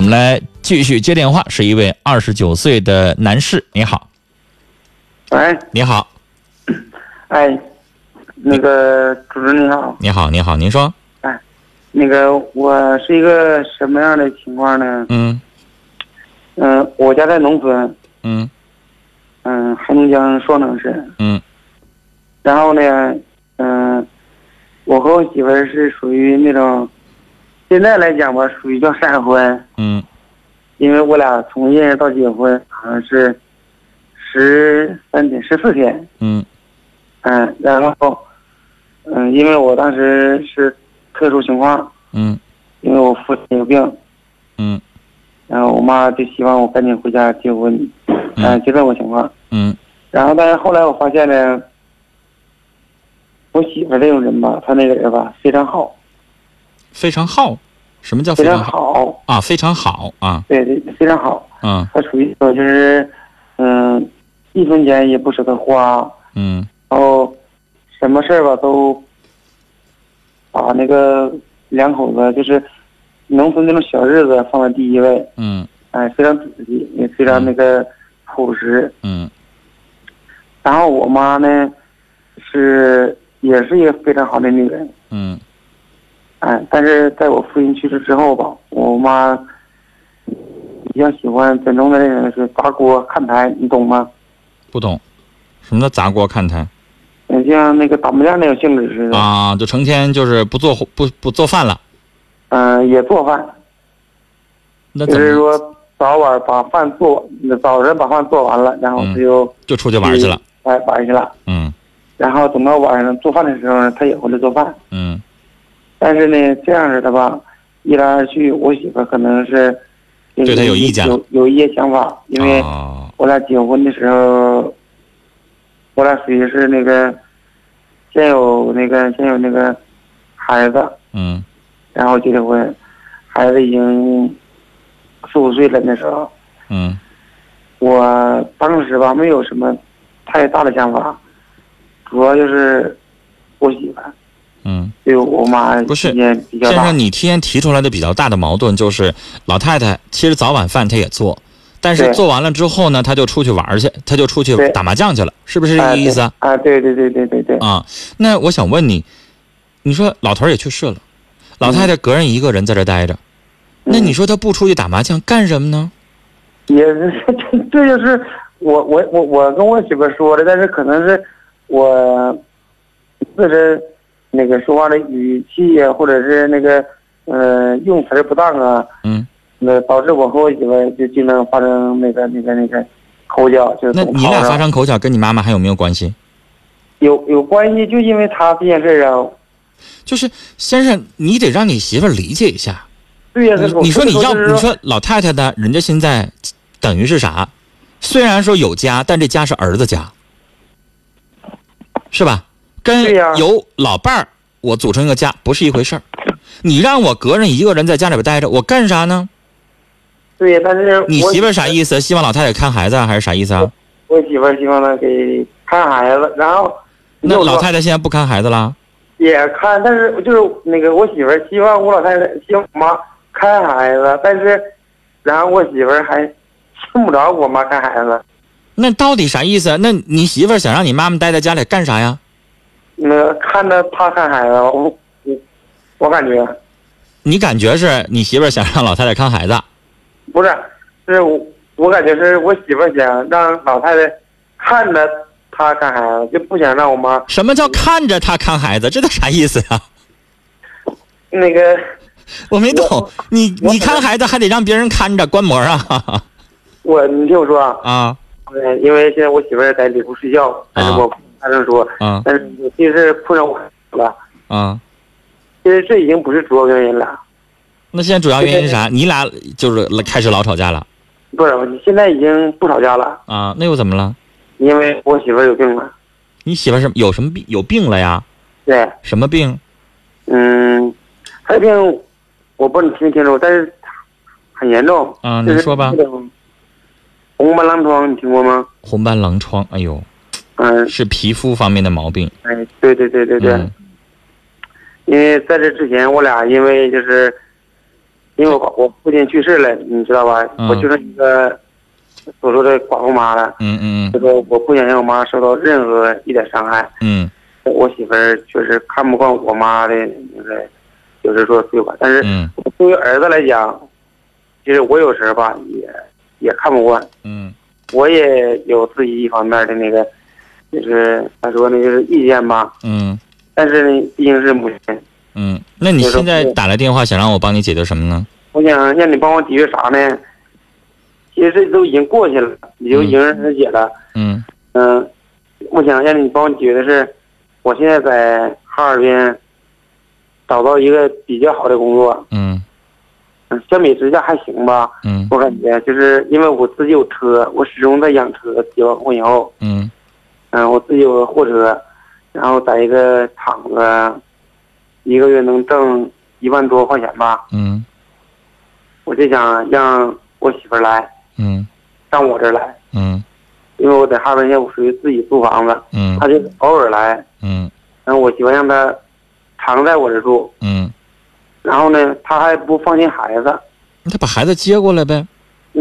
们来继续接电话，是一位二十九岁的男士，你好，喂，你好，哎，那个主持人你好，你好，你好，您说，那个我是一个什么样的情况呢？嗯嗯、我家在农村，嗯嗯、黑龙江双城市。嗯然后呢，嗯、我和我媳妇儿是属于那种，现在来讲吧，属于叫闪婚，嗯因为我俩从认识到结婚好像是十三天、十四天，嗯嗯、然后，嗯、因为我当时是特殊情况，嗯因为我父亲有病，嗯然后我妈就希望我赶紧回家结婚，嗯、嗯就这种情况。嗯然后，但是后来我发现呢，我媳妇儿这种人吧，她那个人吧非常好，非常好，什么叫非非常常好好，啊？非常好啊，对对，非常好。嗯她属于说就是，嗯、一分钱也不舍得花，嗯然后什么事儿吧都把那个两口子就是农村那种小日子放在第一位，嗯哎、非常仔细，也非常那个朴实。嗯然后我妈呢，是也是一个非常好的女人，嗯哎，但是在我父亲去世之后吧，我妈比较喜欢整容的那种是砸锅看台，你懂吗？不懂，什么叫砸锅看台嗯，像那个打麻将那种性质似的，嗯、啊？就成天就是不做不不做饭了，呃也做饭，那就怎是么说早晚把饭做，早晨把饭做完了，然后嗯她就就出去玩去了？，哎，玩去了。嗯然后等到晚上做饭的时候呢，她也回来做饭，嗯但是呢，这样式的吧，一来二去，我媳妇儿可能是对他有意见了有有一些想法，因为哦。我俩结婚的时候，我俩属于是那个先有那个先有那个孩子，嗯然后结的婚，孩子已经四五岁了那时候，嗯我当时吧没有什么太大的想法，主要就是我媳妇儿嗯，对我妈不是意见比较先大生，。你今天提出来的比较大的矛盾就是，老太太其实早晚饭她也做，但是对做完了之后呢，她就出去玩儿去，她就出去对打麻将去了，是不是这啊个意思啊？啊，对对对对对对，啊，那我想问你，你说老头儿也去世了，老太太隔人一个人在这待着，嗯那你说她不出去打麻将干什么呢？也是 这就是我我我我跟我媳妇说的，但是可能是我自身那个说话的语气呀，或者是那个呃用词儿不当啊，嗯，那导致我和我媳妇就经常发生那个那个那个口角，就是那总你吵俩吵发生口角跟你妈妈还有没有关系？有有关系，就因为他这件事儿啊，就是先生，你得让你媳妇儿理解一下。对呀、这你种你说你这种要就是你说老太太呢，人家现在等于是啥？虽然说有家，但这家是儿子家，是吧？跟对呀有老伴儿我组成一个家不是一回事儿。你让我隔人一个人在家里边待着，我干啥呢？对呀，但是你我媳妇儿啥意思？希望老太太看孩子啊还是啥意思啊？我媳妇儿希望他给看孩子，然后那又老说太太现在不看孩子啦？也看，但是就是那个我媳妇儿希望我老太太希望我妈看孩子，但是然后我媳妇儿还听不着我妈看孩子，那到底啥意思？那你媳妇儿想让你妈妈待在家里干啥呀？那看着她看孩子，我我我感觉你感觉是你媳妇儿想让老太太看孩子？不是，是我我感觉是我媳妇儿想让老太太看着她看孩子，就不想让我妈什么叫看着她看孩子？这都啥意思呀、啊那个 我没懂我，你我你看孩子还得让别人看着观摩啊我你听我说啊，啊呃因为现在我媳妇儿在里屋睡觉，但是我不大声说，啊但是有些事困扰我了。啊！其实这已经不是主要原因了，那现在主要原因是啥？你俩就是开始老吵架了不是，我现在已经不吵架了，啊？那又怎么了？因为我媳妇儿有病了。你媳妇儿是有什么病？有病了呀？对，什么病？嗯，她的病我不知道你听没听说，但是很严重。啊就是你说吧那种红斑狼疮你听过吗？红斑狼疮？哎呦，嗯，是皮肤方面的毛病。哎，对对对对对，嗯因为在这之前我俩因为就是因为我我父亲去世了，你知道吧？嗯我就是一个所说的寡妇妈了，嗯嗯就说我不想让我妈受到任何一点伤害。嗯我媳妇儿确实看不惯我妈的那个，就是说对吧？但是嗯作为儿子来讲，其实我有时候吧也也看不惯，嗯我也有自己一方面的那个，就是咋说呢，就是意见吧。嗯但是呢，毕竟是母亲，嗯。那你现在打来电话想让我帮你解决什么呢？我想让你帮我解决啥呢？其实这都已经过去了，也就迎刃而解了。嗯嗯、我想让你帮我解决的是，我现在在哈尔滨找到一个比较好的工作，嗯嗯，相比之下还行吧。嗯我感觉就是因为我自己有车，我始终在养车。结完婚以后，嗯嗯，我自己有个货车，然后在一个厂子，一个月能挣一万多块钱吧。嗯我就想让我媳妇儿来嗯上我这儿来，嗯因为我在哈尔滨现在我属于自己租房子，嗯她就偶尔来，嗯然后我媳妇儿让她常在我这儿住，嗯，然后呢，她还不放心孩子。他把孩子接过来呗。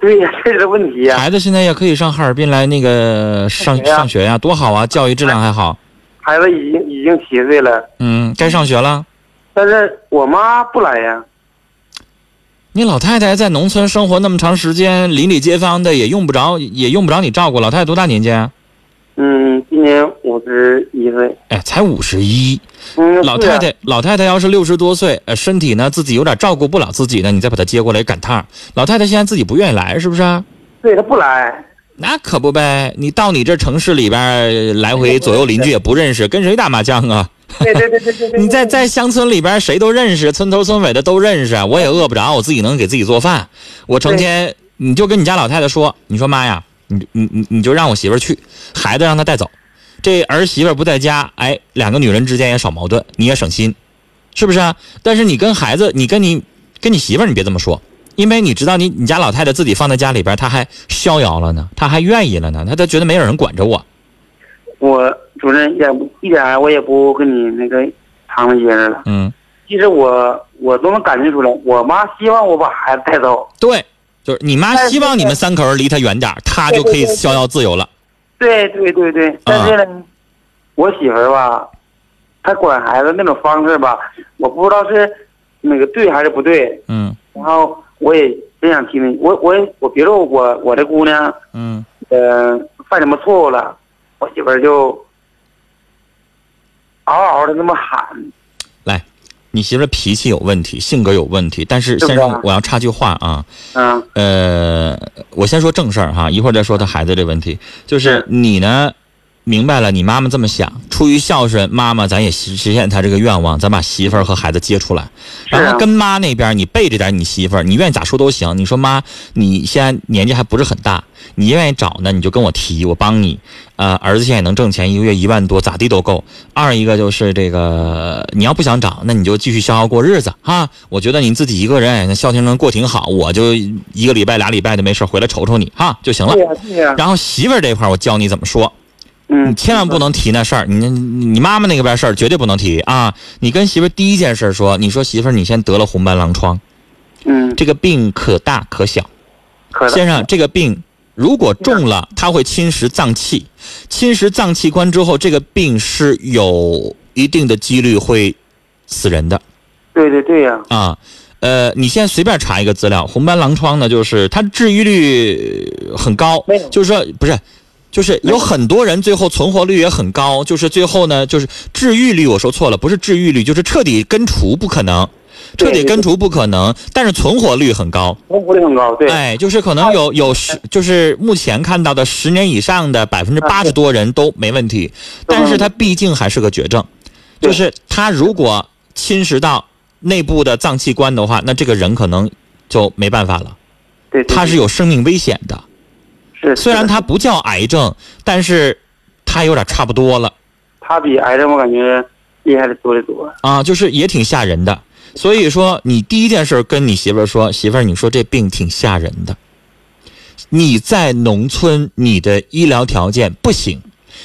对呀，这是问题呀、孩子现在也可以上哈尔滨来那个上上学呀上学呀，多好啊，教育质量还好。孩子已经已经七岁了，嗯，该上学了。但是我妈不来呀。你老太太在农村生活那么长时间，邻里街坊的也用不着，也用不着你照顾。老太太多大年纪啊？嗯，今年五十一岁。哎，才五十一。嗯，老是啊太太，老太太要是六十多岁，呃，身体呢自己有点照顾不了自己呢，你再把她接过来赶趟儿。老太太现在自己不愿意来，是不是啊？对她不来，那可不呗，你到你这城市里边儿来回左右邻居也不认识，跟谁打麻将啊？对对对对对对。 你在在乡村里边，谁都认识，村头村尾的都认识。我也饿不着，我自己能给自己做饭。我成天你就跟你家老太太说，你说妈呀，你你你你就让我媳妇儿去，孩子让她带走，这儿媳妇儿不在家，哎，两个女人之间也少矛盾，你也省心，是不是啊？但是你跟孩子，你跟你跟你媳妇儿，你别这么说。因为你知道你，你家老太太自己放在家里边，她还逍遥了呢，她还愿意了呢，她都觉得没有人管着我。 我主任一点不一点我也不跟你那个趟那些着了。嗯，其实我我都能感觉出来，我妈希望我把孩子带走。对，就是你妈但是希望你们三口人离她远点儿，她就可以逍遥自由了。对对对啊对，但是呢，我媳妇儿吧，她管孩子那种方式吧，我不知道是那个对还是不对。嗯然后我也真想听听，我我我比如说我我这姑娘，嗯呃，犯什么错误了，我媳妇儿就嗷嗷的那么喊。，来，你媳妇儿脾气有问题，性格有问题，但是是不先是生，我要插句话啊，嗯呃，我先说正事儿哈，一会儿再说他孩子这问题。就是是你呢，明白了，你妈妈这么想，出于孝顺，妈妈咱也实实现她这个愿望，咱把媳妇儿和孩子接出来，是啊然后跟妈那边你背着点你媳妇儿，你愿意咋说都行。你说妈，你现在年纪还不是很大，你愿意找呢，你就跟我提，我帮你。呃，儿子现在也能挣钱，一个月一万多，咋地都够。二一个就是这个，你要不想找，那你就继续逍遥过日子哈。我觉得你自己一个人那消停能过挺好，我就一个礼拜俩礼拜的没事儿回来瞅瞅你哈就行了对。呀、对呀、然后媳妇儿这块儿我教你怎么说，嗯，你千万不能提那事儿，你你你妈妈那边事儿绝对不能提啊！你跟媳妇儿第一件事说，你说媳妇儿，你先得了红斑狼疮，嗯，这个病可大可小。可先生，这个病如果重了，它会侵蚀脏器，侵蚀脏器官之后，这个病是有一定的几率会死人的对对对呀、啊。呃，你现在随便查一个资料，红斑狼疮呢，就是它治愈率呃很高没有，就是说不是。就是有很多人最后存活率也很高，就是最后呢，就是治愈率，我说错了，不是治愈率，就是彻底根除不可能，彻底对对根除不可能，但是存活率很高。存活率很高，对，哦哎，就是可能有有十，就是目前看到的十年以上嗯的百分之八十多人都没问题，但是它毕竟还是个绝症，就对是它如果侵蚀到内部的脏器官的话，那这个人可能就没办法了，对对，它是有生命危险的。是虽然他它不叫癌症，但是它有点差不多了。他比癌症我感觉厉害的多得多。啊，就是也挺吓人的。所以说，你第一件事儿跟你媳妇儿说，媳妇儿，你说这病挺吓人的。你在农村，你的医疗条件不行，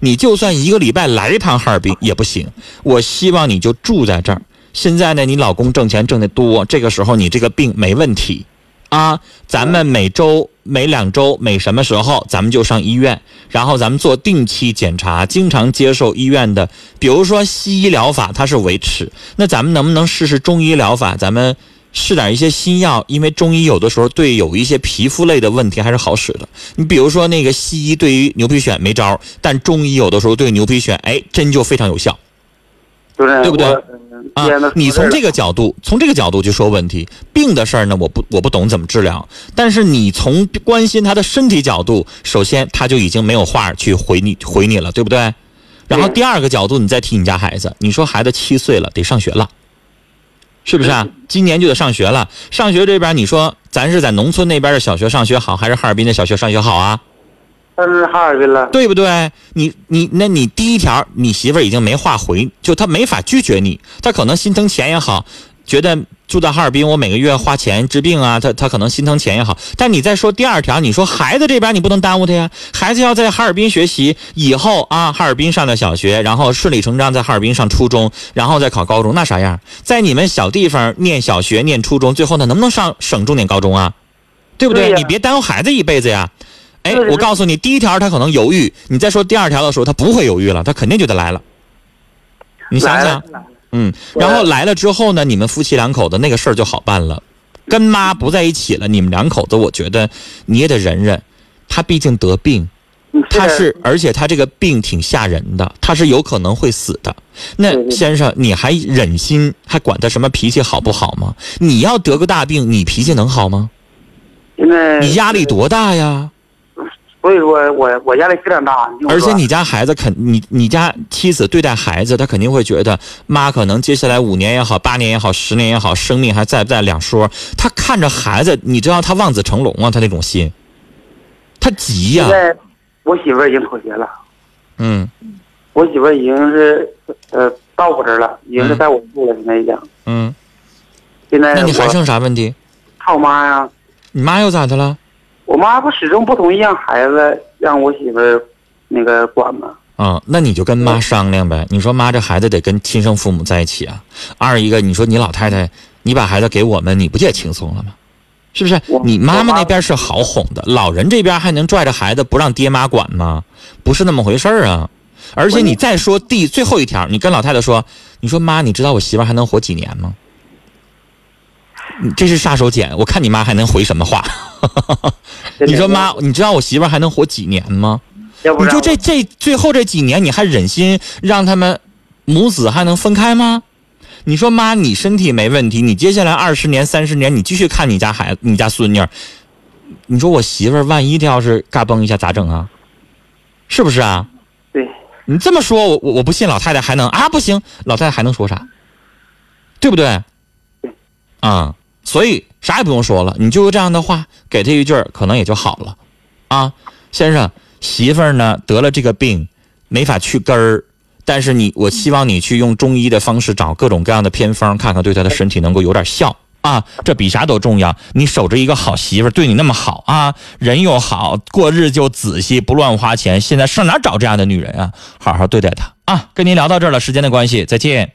你就算一个礼拜来一趟哈尔滨也不行。我希望你就住在这儿，现在呢，你老公挣钱挣得多，这个时候你这个病没问题，啊，咱们每周、每两周、每什么时候，咱们就上医院，然后咱们做定期检查，经常接受医院的，比如说西医疗法，它是维持，那咱们能不能试试中医疗法？咱们试点一些新药，因为中医有的时候对有一些皮肤类的问题还是好使的。你比如说那个西医对于牛皮癣没招儿，但中医有的时候对牛皮癣，哎，真就非常有效。主任，对不对我？嗯啊既然都，说你从这这儿个角度，从这个角度去说问题，病的事儿呢，我不我不懂怎么治疗，但是你从关心他的身体角度，首先他就已经没有话儿去回你回你了，对不对？然后对第二个角度，你再提你家孩子，你说孩子七岁了，得上学了，是不是啊？今年就得上学了，上学这边你说咱是在农村那边的小学上学好，还是哈尔滨的小学上学好啊？他是哈尔滨了，对不对？你你那你第一条，你媳妇儿已经没话回，就她没法拒绝你，她可能心疼钱也好，觉得住在哈尔滨，我每个月花钱治病啊，她她可能心疼钱也好。但你再说第二条，你说孩子这边你不能耽误他呀，孩子要在哈尔滨学习，以后啊哈尔滨上的小学，然后顺理成章在哈尔滨上初中，然后再考高中，那啥样？在你们小地方念小学、念初中，最后呢能不能上省重点高中啊？对不对？对呀你别耽误孩子一辈子呀。哎，对我告诉你，第一条他可能犹豫，你再说第二条的时候，他不会犹豫了，他肯定就得来了。你想来想了，，来了嗯，对然后来了之后呢，你们夫妻两口子那个事儿就好办了，跟妈不在一起了，你们两口子，我觉得你也得忍忍，他毕竟得病，嗯他是，而且他这个病挺吓人的，他是有可能会死的。对那对先生，你还忍心还管他什么脾气好不好吗？你要得个大病，你脾气能好吗？现在你压力，多大呀？所以我我我压力非常大，听我而且说你家孩子肯，你你家妻子对待孩子，她肯定会觉得妈可能接下来五年也好，八年也好，十年也好，生命还在不在两说。她看着孩子，你知道她望子成龙啊，她那种心，她急呀、现在我媳妇儿已经妥协了，嗯我媳妇儿已经是呃到我这儿了，已经是在我住了，现在已经，嗯，现在那你还哎我剩啥问题？看我妈呀，你妈又咋的了？我妈不始终不同意让孩子让我媳妇儿那个管吗？啊、那你就跟妈商量呗。你说妈，这孩子得跟亲生父母在一起啊。二一个，你说你老太太，你把孩子给我们，你不就也轻松了吗？是不是我？你妈我妈妈那边是好哄的，老人这边还能拽着孩子不让爹妈管吗？不是那么回事儿啊。而且你再说第最后一条，你跟老太太说，你说妈，你知道我媳妇儿还能活几年吗？你这是杀手锏，我看你妈还能回什么话？你说妈，你知道我媳妇儿还能活几年吗？要不你然就这这最后这几年，你还忍心让他们母子还能分开吗？你说妈，你身体没问题，你接下来二十年、三十年，你继续看你家孩子、你家孙女儿，你说我媳妇儿万一她要是嘎嘣一下咋整啊？是不是啊？对，你这么说，我我我不信老太太还能啊？不行，老太太还能说啥？对不对？啊，所以啥也不用说了，你就这样的话给他一句儿，可能也就好了。啊，先生，媳妇儿呢得了这个病，没法去根儿，但是你，我希望你去用中医的方式找各种各样的偏方，看看对她的身体能够有点效。啊，这比啥都重要。你守着一个好媳妇儿，对你那么好啊，人又好，过日就仔细，不乱花钱。现在上哪儿找这样的女人啊？好好对待她啊！跟您聊到这儿了，时间的关系，再见。